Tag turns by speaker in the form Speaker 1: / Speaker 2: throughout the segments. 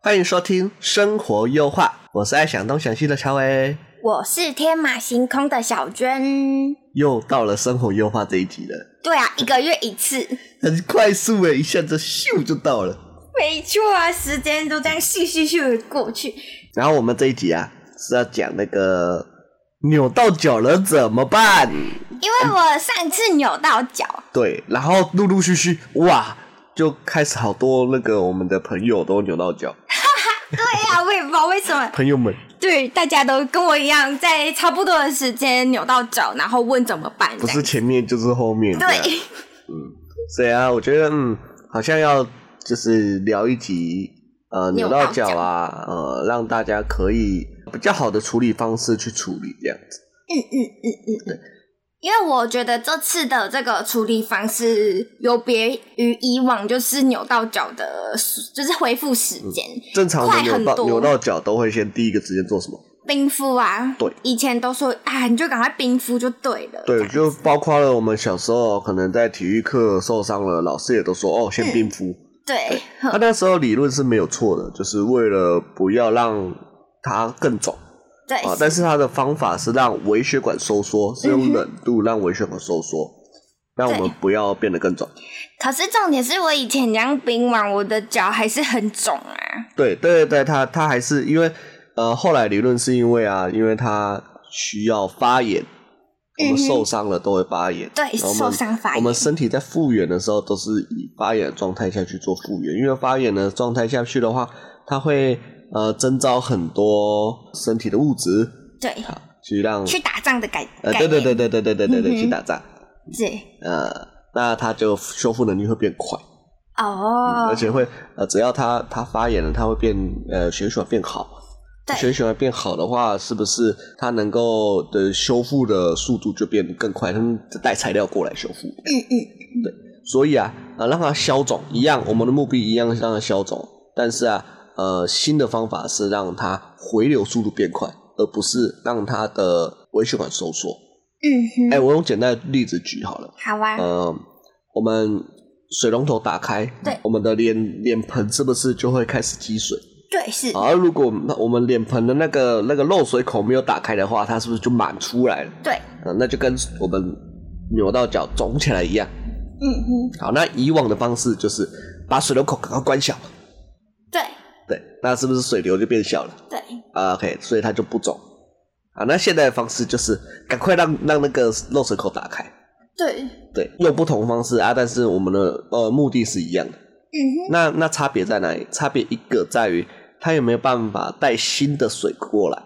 Speaker 1: 欢迎收听《生活优化》，我是爱想东想西的乔伟。
Speaker 2: 我是天马行空的小娟。
Speaker 1: 又到了生活优化这一集了，
Speaker 2: 对啊，一个月一次，
Speaker 1: 很快速诶，一下子咻就到了。
Speaker 2: 没错啊，时间都这样咻咻咻地过去。
Speaker 1: 然后我们这一集啊是要讲那个扭到脚了怎么办？
Speaker 2: 因为我上次扭到脚，
Speaker 1: 对，然后陆陆续续哇，就开始好多那个我们的朋友都扭到脚，
Speaker 2: 对啊，我也不知道为什么，
Speaker 1: 朋友们
Speaker 2: 对，大家都跟我一样，在差不多的时间扭到脚，然后问怎么办。
Speaker 1: 不
Speaker 2: 这
Speaker 1: 是
Speaker 2: 样
Speaker 1: 前面就是后面，啊这样
Speaker 2: 对，
Speaker 1: 对啊，我觉得嗯，好像要就是聊一集呃扭
Speaker 2: 扭
Speaker 1: 到
Speaker 2: 到
Speaker 1: 脚啊，呃，让大家可以比较好的处理方式去处理这样子。
Speaker 2: 因为我觉得这次的这个处理方式有别于以往，就是扭到脚的时，就是恢复时间。
Speaker 1: 正常我们
Speaker 2: 快
Speaker 1: 扭
Speaker 2: 很
Speaker 1: 到
Speaker 2: 多
Speaker 1: 扭到脚都会先第一个直接做什么？
Speaker 2: 冰敷啊，
Speaker 1: 对
Speaker 2: 以前都说啊，你就赶快冰敷就对了。这
Speaker 1: 对，
Speaker 2: 样
Speaker 1: 就包括了我们小时候可能在体育课受伤了，老师也都说哦，先冰敷。
Speaker 2: 对，
Speaker 1: 他、那时候理论是没有错的，就是为了不要让它更肿
Speaker 2: 对，
Speaker 1: 啊。但是它的方法是让微血管收缩，是
Speaker 2: 嗯
Speaker 1: 用冷度让微血管收缩，让我们不要变得更肿。
Speaker 2: 可是重点是我以前这样冰完，我的脚还是很肿啊。
Speaker 1: 对对对对，它它还是因为呃，后来理论是因为啊，因为它需要发炎，我们
Speaker 2: 嗯哼
Speaker 1: 受伤了都会发炎，
Speaker 2: 对
Speaker 1: 然后我们
Speaker 2: 受伤发炎
Speaker 1: 我们身体在复原的时候都是以发炎的状态下去做复原，因为发炎的状态下去的话，它会呃征召很多身体的物质
Speaker 2: 对，
Speaker 1: 啊，去让
Speaker 2: 去打仗的感
Speaker 1: 呃
Speaker 2: 概
Speaker 1: 对
Speaker 2: 念，
Speaker 1: 对对对对对对对对、
Speaker 2: 嗯哼
Speaker 1: 去打仗，
Speaker 2: 对，
Speaker 1: 呃，那它就修复能力会变快。
Speaker 2: 哦，
Speaker 1: 而且会呃，只要它它发炎了，它会变呃血液循环变好。
Speaker 2: 对
Speaker 1: 血液循环变好的话，是不是它能够的修复的速度就变更快？他们带材料过来修复。
Speaker 2: 嗯嗯，
Speaker 1: 所以啊，呃，让它消肿一样，我们的目的一样是让它消肿，但是啊，呃，新的方法是让它回流速度变快，而不是让它的微血管收缩。
Speaker 2: 嗯
Speaker 1: 哎、我用简单的例子举好了。
Speaker 2: 哼，好啊，
Speaker 1: 呃，我们水龙头打开，
Speaker 2: 对
Speaker 1: 我们的脸脸盆是不是就会开始积水？
Speaker 2: 对是，
Speaker 1: 而如果那我们脸盆的那个那个漏水口没有打开的话，它是不是就满出来了？
Speaker 2: 对，
Speaker 1: 呃，那就跟我们扭到脚肿起来一样。
Speaker 2: 嗯哼，
Speaker 1: 好，那以往的方式就是把水龙口赶快关小，
Speaker 2: 对
Speaker 1: 对，那是不是水流就变小了？
Speaker 2: 对，
Speaker 1: 啊，OK，所以它就不肿。啊，那现在的方式就是赶快让让那个漏水口打开，
Speaker 2: 对，
Speaker 1: 对，用不同的方式啊，但是我们的呃目的是一样的。
Speaker 2: 嗯哼，
Speaker 1: 那那差别在哪里？差别一个在于它有没有办法带新的水过来。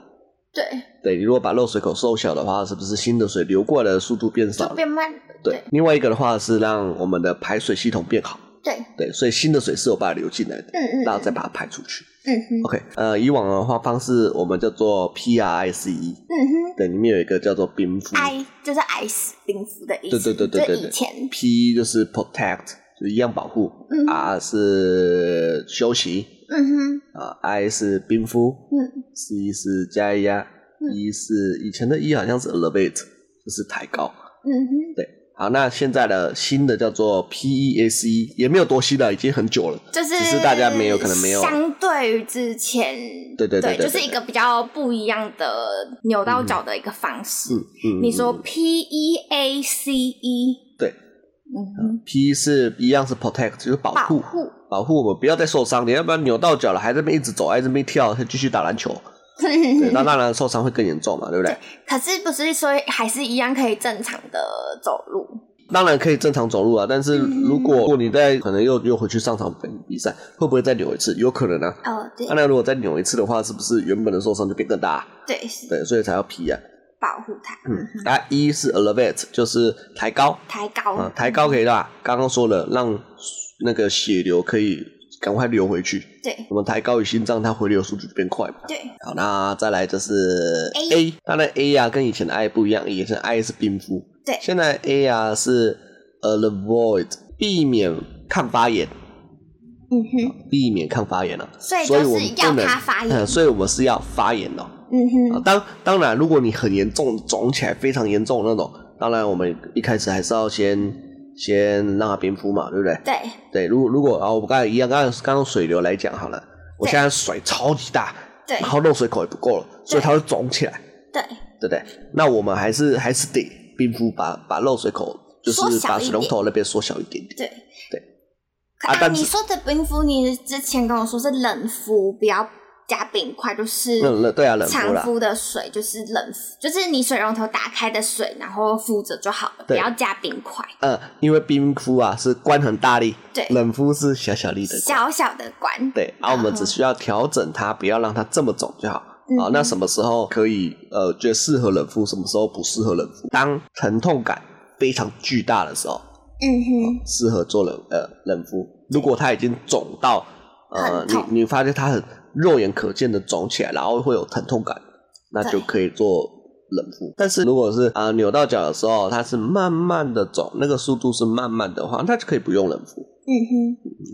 Speaker 2: 对，
Speaker 1: 对你如果把漏水口缩小的话，是不是新的水流过来的速度变少
Speaker 2: 就
Speaker 1: 了？
Speaker 2: 变慢了，
Speaker 1: 对，另外一个的话是让我们的排水系统变好。
Speaker 2: 对，
Speaker 1: 对，所以新的水是有办法流进来的，
Speaker 2: 嗯嗯，
Speaker 1: 然后再把它排出去。
Speaker 2: 嗯哼，
Speaker 1: OK，呃，以往的话方式我们叫做 PRICE，
Speaker 2: 嗯哼
Speaker 1: E 对，里面有一个叫做冰敷
Speaker 2: ，I 就是 ice 冰敷的意思，
Speaker 1: 嗯对对对对对
Speaker 2: 就是
Speaker 1: 对
Speaker 2: 以前，
Speaker 1: ，P 就是 Protect，就是一样保护、
Speaker 2: 嗯
Speaker 1: r 是休息，
Speaker 2: 嗯哼，
Speaker 1: 啊，I 是冰敷，
Speaker 2: 嗯
Speaker 1: ，C 是加一压
Speaker 2: 嗯
Speaker 1: ，E 是以前的 E 好像是 elevate，就是抬高。
Speaker 2: 嗯哼，
Speaker 1: 好，那现在的新的叫做 PESE，也 E，没有多新了，已经很久了。
Speaker 2: 就是
Speaker 1: 只是大家没有可能没有
Speaker 2: 相对于之前，
Speaker 1: 对对对对对
Speaker 2: 就是一个比较不一样的扭到脚的一个方式。
Speaker 1: 嗯嗯，
Speaker 2: 你说 P E A C E，
Speaker 1: 对
Speaker 2: 嗯哼，
Speaker 1: P 是一样是 protect，就是保
Speaker 2: 保
Speaker 1: 护，
Speaker 2: 护，
Speaker 1: 保护我们不要再受伤。你要不然扭到脚了，还在那边一直走，还在那边跳，还继续打篮球，
Speaker 2: 嗯
Speaker 1: 对，那当然受伤会更严重嘛，对不对？
Speaker 2: 可是不是说还是一样可以正常的走路？
Speaker 1: 当然可以正常走路啊，但是
Speaker 2: 嗯
Speaker 1: 如果如果你在可能又又回去上场比赛，会不会再扭一次？有可能啊。
Speaker 2: 哦，对
Speaker 1: 啊那如果再扭一次的话，是不是原本的受伤就变更大？
Speaker 2: 对是，
Speaker 1: 对，所以才要皮啊。
Speaker 2: 保护它，
Speaker 1: 嗯，啊，一是 elevate，就是抬高，
Speaker 2: 抬高，
Speaker 1: 啊，抬高可以吧？刚刚说了，让那个血流可以赶快流回去。
Speaker 2: 对
Speaker 1: 我们抬高于心脏，它回流速度就变快嘛。
Speaker 2: 对，
Speaker 1: 好，那再来就是
Speaker 2: A
Speaker 1: A，它的 A 呀、跟以前的 I 不一样，以前的 I 是冰敷，
Speaker 2: 对
Speaker 1: 现在 A 呀、是 avoid，避免抗发炎，
Speaker 2: 嗯哼，
Speaker 1: 避免抗发炎了、
Speaker 2: 所以
Speaker 1: 所以
Speaker 2: 就
Speaker 1: 我
Speaker 2: 是
Speaker 1: 们
Speaker 2: 要
Speaker 1: 不能
Speaker 2: 它发炎，
Speaker 1: 嗯， 所以我们是要发炎的、
Speaker 2: 嗯
Speaker 1: 啊
Speaker 2: 哼，
Speaker 1: 当当然，如果你很严重，肿起来非常严重的那种，当然我们一开始还是要先先让它冰敷嘛，对不对？
Speaker 2: 对，
Speaker 1: 对，如果如果啊，我们刚才一样，刚刚刚刚水流来讲好了，我
Speaker 2: 对
Speaker 1: 现在水超级大，
Speaker 2: 对
Speaker 1: 然后漏水口也不够了，所以它会肿起来，
Speaker 2: 对，
Speaker 1: 对不对？那我们还是还是得冰敷把把漏水口，就
Speaker 2: 缩
Speaker 1: 是
Speaker 2: 小
Speaker 1: 把
Speaker 2: 一
Speaker 1: 水龙
Speaker 2: 点
Speaker 1: 头那边缩小一点点。
Speaker 2: 对
Speaker 1: 对。
Speaker 2: 可
Speaker 1: 啊
Speaker 2: 啊，
Speaker 1: 但
Speaker 2: 你
Speaker 1: 是
Speaker 2: 说的冰敷，你之前跟我说是冷敷，不要加冰块，就是
Speaker 1: 冷冷对啊，冷敷
Speaker 2: 常
Speaker 1: 啦。
Speaker 2: 敷的水就是冷敷，就是你水龙头打开的水，然后敷着就好了，不
Speaker 1: 对
Speaker 2: 要加冰块。
Speaker 1: 嗯，因为冰敷啊是关很大力，
Speaker 2: 对
Speaker 1: 冷敷是小小力的关。
Speaker 2: 小小的管，
Speaker 1: 对，然后我们
Speaker 2: 然后
Speaker 1: 只需要调整它，不要让它这么肿就好。
Speaker 2: 嗯
Speaker 1: 好，那什么时候可以呃觉得适合冷敷，什么时候不适合冷敷？当疼痛感非常巨大的时候，
Speaker 2: 嗯哼，
Speaker 1: 适合做冷呃冷敷。如果它已经肿到呃
Speaker 2: 很
Speaker 1: 你
Speaker 2: 痛
Speaker 1: 你发现它很肉眼可见的肿起来，然后会有疼痛感，那就
Speaker 2: 对
Speaker 1: 可以做冷敷。但是如果是啊、扭到脚的时候，它是慢慢的肿，那个速度是慢慢的话，那就可以不用冷敷。
Speaker 2: 嗯哼，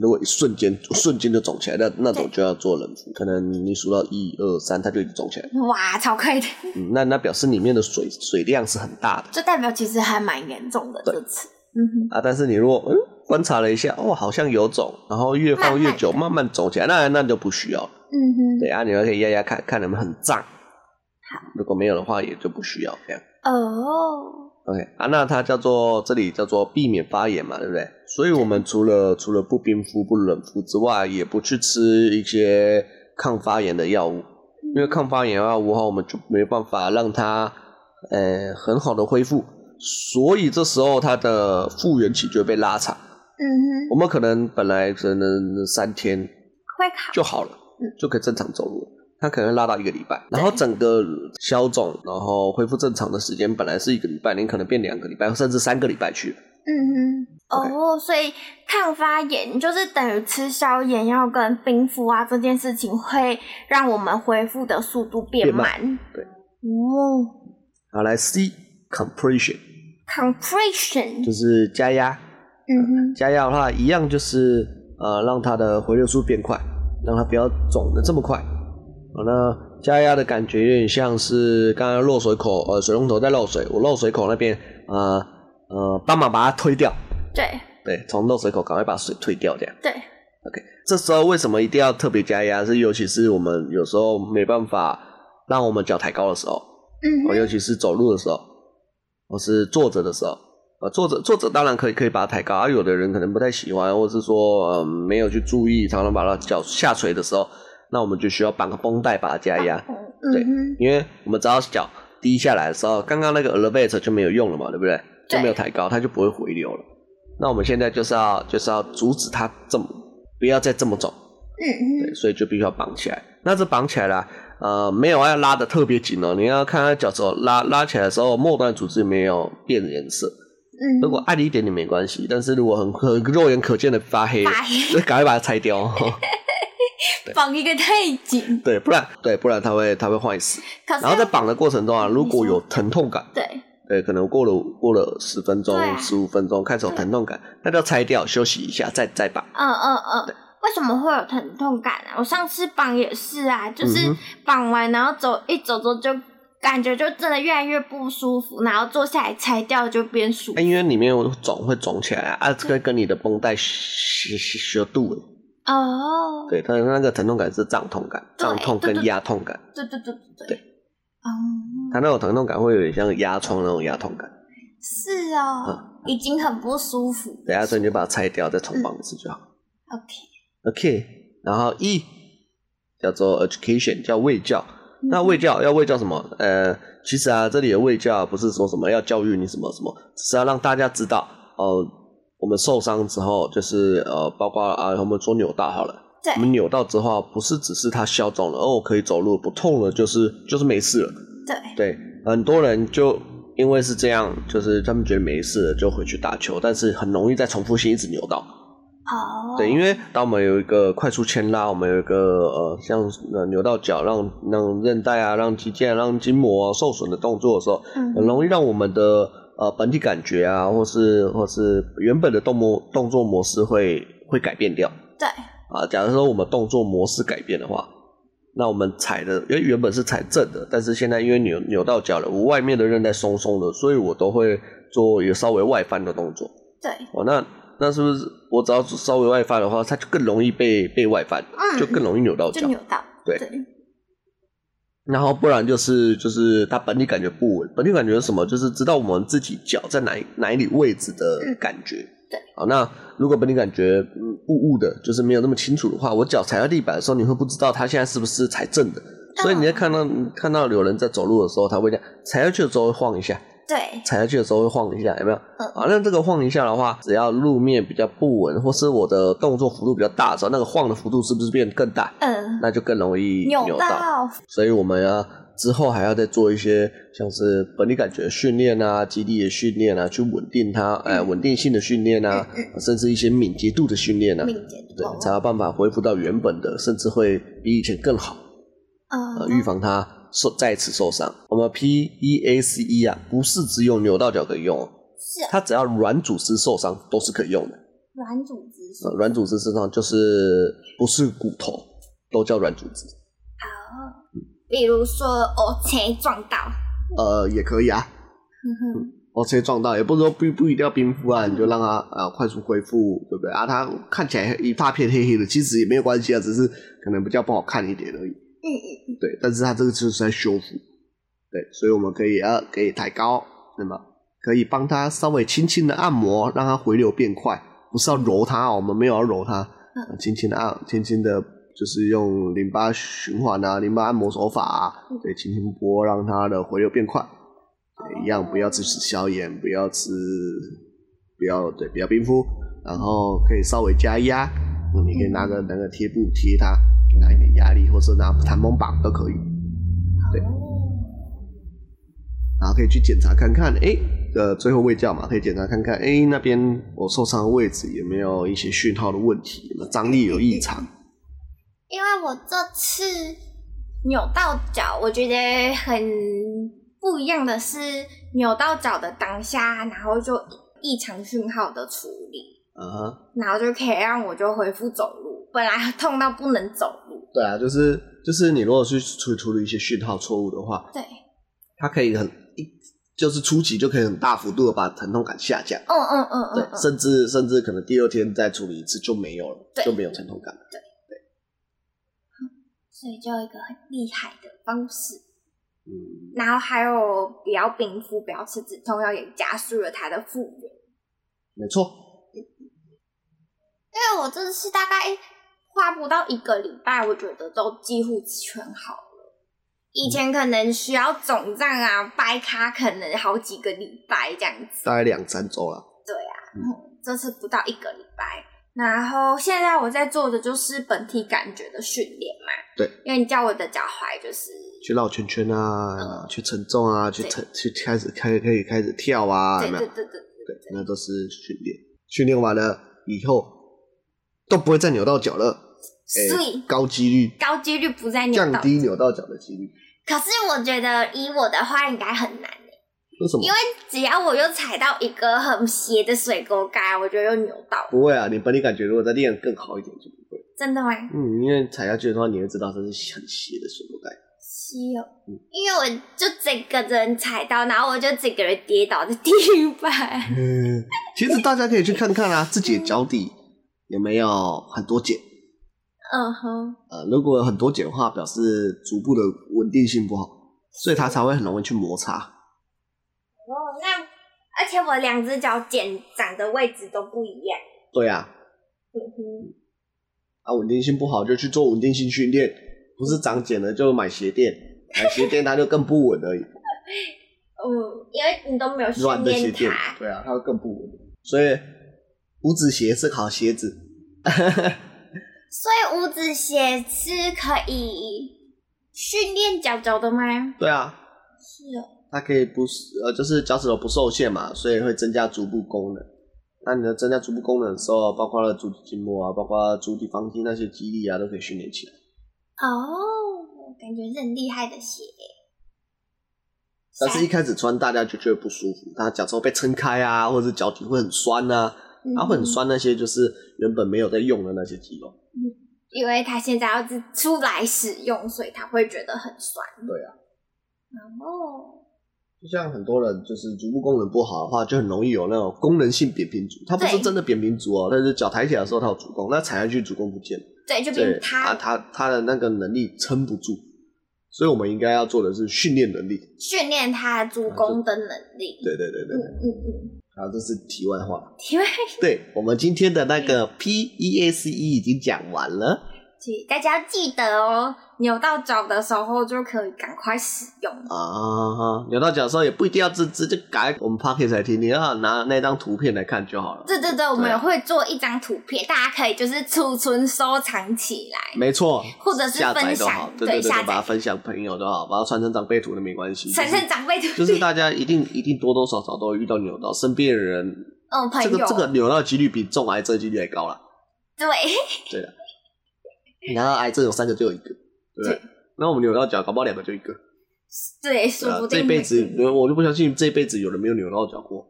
Speaker 1: 如果一瞬间瞬间就肿起来，那那种就要做冷敷，可能你数到一二三，它就已经肿起来了。
Speaker 2: 哇，超快的，
Speaker 1: 嗯，那那表示里面的水水量是很大的
Speaker 2: 就代表其实还蛮严重的
Speaker 1: 对
Speaker 2: 这次，嗯
Speaker 1: 啊。但是你如果嗯观察了一下，哦，好像有肿，然后越放越久，
Speaker 2: 慢
Speaker 1: 慢慢肿起来，那那就不需要了。
Speaker 2: 哼，嗯哼，
Speaker 1: 对啊，你们可以压压看看有没有很胀。如果没有的话，也就不需要这样。
Speaker 2: 哦，
Speaker 1: OK 啊，那它叫做这里叫做避免发炎嘛，对不对？所以我们除了除了不冰敷、不冷敷之外，也不去吃一些抗发炎的药物，因为抗发炎药物的话，我们就没办法让它呃很好的恢复，所以这时候它的复原期就会被拉长。
Speaker 2: 嗯哼，
Speaker 1: 我们可能本来可能三天
Speaker 2: 会好，
Speaker 1: 就好了
Speaker 2: 嗯，
Speaker 1: 就可以正常走路了。它可能拉到一个礼拜，然后整个消肿，然后恢复正常的时间本来是一个礼拜，你可能变两个礼拜，甚至三个礼拜去了。
Speaker 2: 嗯哼，哦，所以抗发炎就是等于吃消炎药跟冰敷啊，这件事情会让我们恢复的速度变
Speaker 1: 变
Speaker 2: 慢。
Speaker 1: 慢对
Speaker 2: 哦
Speaker 1: 好，来 C compression
Speaker 2: ，compression，
Speaker 1: 就是加压，
Speaker 2: 嗯哼，
Speaker 1: 加压的话一样就是呃让它的回流速变快，让它不要肿的这么快。好，那加压的感觉有点像是刚刚漏水口，呃，水龙头在漏水，我漏水口那边，呃呃，帮忙把它推掉，
Speaker 2: 对
Speaker 1: 对，从漏水口赶快把水推掉，这样。
Speaker 2: 对，
Speaker 1: OK，这时候为什么一定要特别加压？是尤其是我们有时候没办法让我们脚抬高的时候，
Speaker 2: 嗯
Speaker 1: 哦，
Speaker 2: 哼，
Speaker 1: 尤其是走路的时候，或是坐着的时候。啊，坐着坐着当然可以可以把它抬高，而、啊有的人可能不太喜欢，或是说呃没有去注意，常常把它脚下垂的时候，那我们就需要绑个绷带把它加压，哎对
Speaker 2: 嗯
Speaker 1: 因为我们只要脚低下来的时候，刚刚那个 elevate 就没有用了嘛，对不对？
Speaker 2: 对
Speaker 1: 就没有抬高，它就不会回流了。那我们现在就是要就是要阻止它这么不要再这么走，
Speaker 2: 哼，嗯
Speaker 1: 对，所以就必须要绑起来。那这绑起来啦，呃，没有要拉的特别紧哦。你要看它脚趾头拉拉起来的时候，末端组织有没有变颜色。
Speaker 2: 嗯哼，
Speaker 1: 如果暗一点点没关系，但是如果很很肉眼可见的发黑，
Speaker 2: 发黑
Speaker 1: 就赶快把它拆掉。
Speaker 2: 哎
Speaker 1: 哦
Speaker 2: 绑一个太紧，
Speaker 1: 对，不然对，不然它会它会坏死。
Speaker 2: 可是
Speaker 1: 然后在绑的过程中啊，如果有疼痛感，
Speaker 2: 对
Speaker 1: 对，可能过了过了十分钟
Speaker 2: 对、啊
Speaker 1: 十五分钟开始有疼痛感，那就要拆掉休息一下，再再绑。
Speaker 2: 嗯嗯嗯，为什么会有疼痛感啊？我上次绑也是啊，就是
Speaker 1: 嗯
Speaker 2: 绑完然后走一走走就感觉就真的越来越不舒服，然后坐下来拆掉就变舒服
Speaker 1: 哎。因为里面有肿会肿起来啊，啊这个跟你的绷带学学学度
Speaker 2: 哦，
Speaker 1: 对，它的那个疼痛感是胀痛感，
Speaker 2: 对
Speaker 1: 胀痛
Speaker 2: 对
Speaker 1: 跟
Speaker 2: 对
Speaker 1: 压痛感，
Speaker 2: 对对对对
Speaker 1: 对
Speaker 2: 对，嗯，
Speaker 1: 它那种疼痛感会有点像压疮那种压痛感。
Speaker 2: 是哦，
Speaker 1: 嗯
Speaker 2: 已经很不舒服。
Speaker 1: 等一下所以你就把它拆掉，再
Speaker 2: 嗯
Speaker 1: 重绑一次就好。
Speaker 2: OK，
Speaker 1: OK，然后 E 叫做 education，叫卫教。
Speaker 2: 嗯
Speaker 1: 那卫教要卫教什么？呃，其实啊，这里的卫教不是说什么要教育你什么什么，只是要让大家知道哦、我们受伤之后，就是呃，包括啊，我们说扭到好了，
Speaker 2: 对
Speaker 1: 我们扭到之啊后，不是只是它消肿了，哦，我可以走路不痛了，就是就是没事了。
Speaker 2: 对，
Speaker 1: 对，很多人就因为是这样，就是他们觉得没事了就回去打球，但是很容易再重复性一直扭到。
Speaker 2: 哦，
Speaker 1: 对，因为当我们有一个快速牵拉，我们有一个呃，像呃扭到脚，让让韧带啊、让肌腱、让筋膜、啊、受损的动作的时候，
Speaker 2: 嗯
Speaker 1: 很容易让我们的呃本体感觉啊，或是或是原本的动模动作模式会会改变掉
Speaker 2: 对，
Speaker 1: 啊。假如说我们动作模式改变的话，那我们踩的因为原本是踩正的，但是现在因为扭扭到脚了，我外面的韧带松松的，所以我都会做有稍微外翻的动作。
Speaker 2: 对，
Speaker 1: 哦，那那是不是我只要稍微外翻的话，它就更容易被被外翻，
Speaker 2: 嗯
Speaker 1: 就更容易扭到
Speaker 2: 就
Speaker 1: 脚。
Speaker 2: 扭到，
Speaker 1: 对
Speaker 2: 对，
Speaker 1: 然后不然就是就是它本体感觉不稳，本体感觉是什么？就是知道我们自己脚在哪一哪里位置的感觉。
Speaker 2: 嗯对。
Speaker 1: 好，那如果本体感觉嗯雾雾的，就是没有那么清楚的话，我脚踩到地板的时候，你会不知道它现在是不是踩正的。所
Speaker 2: 嗯
Speaker 1: 以你在看到看到有人在走路的时候，他会这样踩下去的时候会晃一下，
Speaker 2: 对，
Speaker 1: 踩下去的时候会晃一下，有没有？
Speaker 2: 嗯
Speaker 1: 啊，那这个晃一下的话，只要路面比较不稳，或是我的动作幅度比较大的时候，那个晃的幅度是不是变得更大？
Speaker 2: 嗯，
Speaker 1: 那就更容易
Speaker 2: 扭
Speaker 1: 扭所以我们要之后还要再做一些像是本体感觉的训练啊、肌力的训练啊，去稳定它，哎、
Speaker 2: 嗯
Speaker 1: 稳定性的训练啊，甚至一些敏捷度的训练啊，
Speaker 2: 敏捷度
Speaker 1: 对，才有办法恢复到原本的，甚至会比以前更好。呃，
Speaker 2: 嗯，
Speaker 1: 预防它受再次受伤。我们 P E A C E 啊，不是只有扭到脚可以用哦，
Speaker 2: 是啊
Speaker 1: 它只要软组织受伤都是可以用的。
Speaker 2: 软组织
Speaker 1: 呃软组织受伤就是不是骨头，都叫软组织。
Speaker 2: 比如说 OK 撞到，嗯
Speaker 1: 呃，也可以啊。
Speaker 2: 哼
Speaker 1: 哦，直接撞到，也不是说不不一定要冰敷啊，你就让它啊快速恢复，对不对啊？它看起来一大片黑黑的，其实也没有关系啊，只是可能比较不好看一点而已。
Speaker 2: 嗯嗯，
Speaker 1: 对，但是它这个就是在修复，对，所以我们可以呃可以抬高，那么可以帮它稍微轻轻的按摩，让它回流变快，不是要揉它哦，我们没有要揉它，呃轻轻的按，轻轻的，就是用淋巴循环啊、淋巴按摩手法啊，对，轻轻拨让它的回流变快，对，一样不要吃消炎，不要吃，不要对，不要冰敷，然后可以稍微加压，嗯你可以拿个拿个贴布贴它，给它一点压力，或是拿弹簧棒都可以。
Speaker 2: 哦，
Speaker 1: 然后可以去检查看看，哎，呃，最后卫教嘛，可以检查看看，哎，那边我受伤的位置有没有一些讯号的问题，有没有张力有异常？
Speaker 2: 因为我这次扭到脚，我觉得很不一样的是，扭到脚的当下，然后就异常讯号的处理，
Speaker 1: 啊哈，
Speaker 2: 然后就可以让我就恢复走路，本来痛到不能走路，
Speaker 1: 对啊，就是就是你如果去处处理一些讯号错误的话，
Speaker 2: 对，
Speaker 1: 它可以很一就是初期就可以很大幅度的把疼痛感下降，
Speaker 2: 嗯嗯嗯嗯
Speaker 1: 对，
Speaker 2: 嗯，
Speaker 1: 甚至甚至可能第二天再处理一次就没有了，
Speaker 2: 对
Speaker 1: 就没有疼痛感了。
Speaker 2: 所以就有一个很厉害的方式。
Speaker 1: 嗯，
Speaker 2: 然后还有不要冰敷，不要吃止痛药，也加速了它的复原。
Speaker 1: 没错，
Speaker 2: 因为我这次大概花不到一个礼拜，我觉得都几乎全好了。以前可能需要肿胀啊、掰咖，可能好几个礼拜这样子。
Speaker 1: 大概两三周了。
Speaker 2: 这次不到一个礼拜。然后现在我在做的就是本体感觉的训练嘛。
Speaker 1: 对。
Speaker 2: 因为你叫我的脚踝就是
Speaker 1: 去绕圈圈啊，去承重啊，去
Speaker 2: 嗯对
Speaker 1: 承去开始开可以开始跳啊，有
Speaker 2: 对
Speaker 1: 没有？
Speaker 2: 对对对
Speaker 1: 对，那都是训练。训练完了以后，都不会再扭到脚了，
Speaker 2: 对，所以
Speaker 1: 高几率
Speaker 2: 高几率不在扭到
Speaker 1: 降。低扭到脚的几率。
Speaker 2: 可是我觉得以我的话应该很难。
Speaker 1: 为什么
Speaker 2: 因？为只要我又踩到一个很斜的水沟盖，我就又扭到了。
Speaker 1: 不会啊，你本体感觉如果再练更好一点就不会。
Speaker 2: 真的吗？
Speaker 1: 嗯，因为踩下去的话，你会知道它是很斜的水流带。
Speaker 2: 是哦，因为我就整个人踩到，然后我就整个人跌倒在地 板。
Speaker 1: 嗯， 其实大家可以去看看啊，自己的脚底有没有很多茧。
Speaker 2: 嗯哼，
Speaker 1: 呃，如果有很多茧的话，表示足部的稳定性不好，所以它才会很容易去摩擦。
Speaker 2: 哦，那而且我两只脚茧长的位置都不一样。
Speaker 1: 对啊，
Speaker 2: 嗯哼，
Speaker 1: 啊，稳定性不好就去做稳定性训练，不是长茧了就买鞋垫，买鞋垫它就更不稳 而已，
Speaker 2: 嗯，因为你都没有训
Speaker 1: 软的鞋
Speaker 2: 练
Speaker 1: 垫
Speaker 2: 它，，
Speaker 1: 对啊，它会更不稳。所以五指鞋是好鞋子，
Speaker 2: 所以五指鞋是可以训练脚脚的吗？
Speaker 1: 对啊，
Speaker 2: 是哦，
Speaker 1: 它可以不是呃，就是脚趾头不受限嘛，所以会增加足部功能。那你的增加足部功能的时候，包括了足底筋膜啊，包括足底方肌那些肌力啊，都可以训练起来。
Speaker 2: 哦，感觉是很厉害的鞋。
Speaker 1: 但是，一开始穿大家就觉得不舒服，他脚趾头被撑开啊，或者是脚底会很酸啊，
Speaker 2: 嗯
Speaker 1: 然后会很酸那些就是原本没有在用的那些肌肉。
Speaker 2: 因为他现在要是出来使用，所以他会觉得很酸。
Speaker 1: 对啊，
Speaker 2: 然后，
Speaker 1: 就像很多人就是足部功能不好的话，就很容易有那种功能性扁平足。它不是
Speaker 2: 对
Speaker 1: 真的扁平足哦，但是脚抬起来的时候它有足弓，那踩下去足弓不见了。
Speaker 2: 对，就
Speaker 1: 对
Speaker 2: 变
Speaker 1: 啊，
Speaker 2: 他
Speaker 1: 他他的那个能力撑不住，所以我们应该要做的是训练能力。
Speaker 2: 训练他足弓的能力。
Speaker 1: 啊对对对对对，
Speaker 2: 嗯嗯嗯，
Speaker 1: 好，这是题外话。
Speaker 2: 因为
Speaker 1: 对我们今天的那个 P E S E 已经讲完了
Speaker 2: 请大家记得哦，扭到脚的时候就可以赶快使用。
Speaker 1: 啊，扭到脚的时候也不一定要直直，就改我们 p o c k e t 来听，你要拿那张图片来看就好了。
Speaker 2: 对对对，我们
Speaker 1: 啊
Speaker 2: 也会做一张图片，大家可以就是储存收藏起来，
Speaker 1: 没错，
Speaker 2: 或者是
Speaker 1: 下载
Speaker 2: 分
Speaker 1: 都好
Speaker 2: 享，，
Speaker 1: 对对对，
Speaker 2: 下
Speaker 1: 把它
Speaker 2: 载，
Speaker 1: 分享朋友都好，把它传成长辈图都没关系。
Speaker 2: 闪
Speaker 1: 就是
Speaker 2: 现长辈图
Speaker 1: 就是大家一定一定多多少少都会遇到扭到，身边的人
Speaker 2: 嗯，朋
Speaker 1: 这个
Speaker 2: 友，
Speaker 1: 这个扭到的几率比中癌症几率还高了。
Speaker 2: 对，
Speaker 1: 你拿到癌症有三个就有一个，对不嗯对？
Speaker 2: 对
Speaker 1: 那我们扭到脚，搞不好两个就一个。
Speaker 2: 对，
Speaker 1: 对
Speaker 2: 说
Speaker 1: 啊
Speaker 2: 不，
Speaker 1: 这
Speaker 2: 定
Speaker 1: 辈子
Speaker 2: 会
Speaker 1: 我我就不相信这辈子有人没有扭到脚过。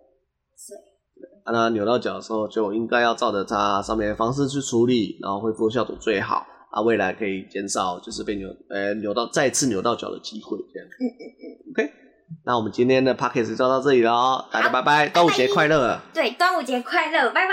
Speaker 2: 对
Speaker 1: 对啊，那扭到脚的时候就应该要照着它上面的方式去处理，然后恢复效果最好啊，未来可以减少就是被扭呃扭到再次扭到脚的机会。这样，嗯嗯嗯，OK。那我们今天的 p a c k a g e 就到这里喽，大家
Speaker 2: 好
Speaker 1: 拜拜，端午节快乐！
Speaker 2: 对，端午节快乐，拜拜。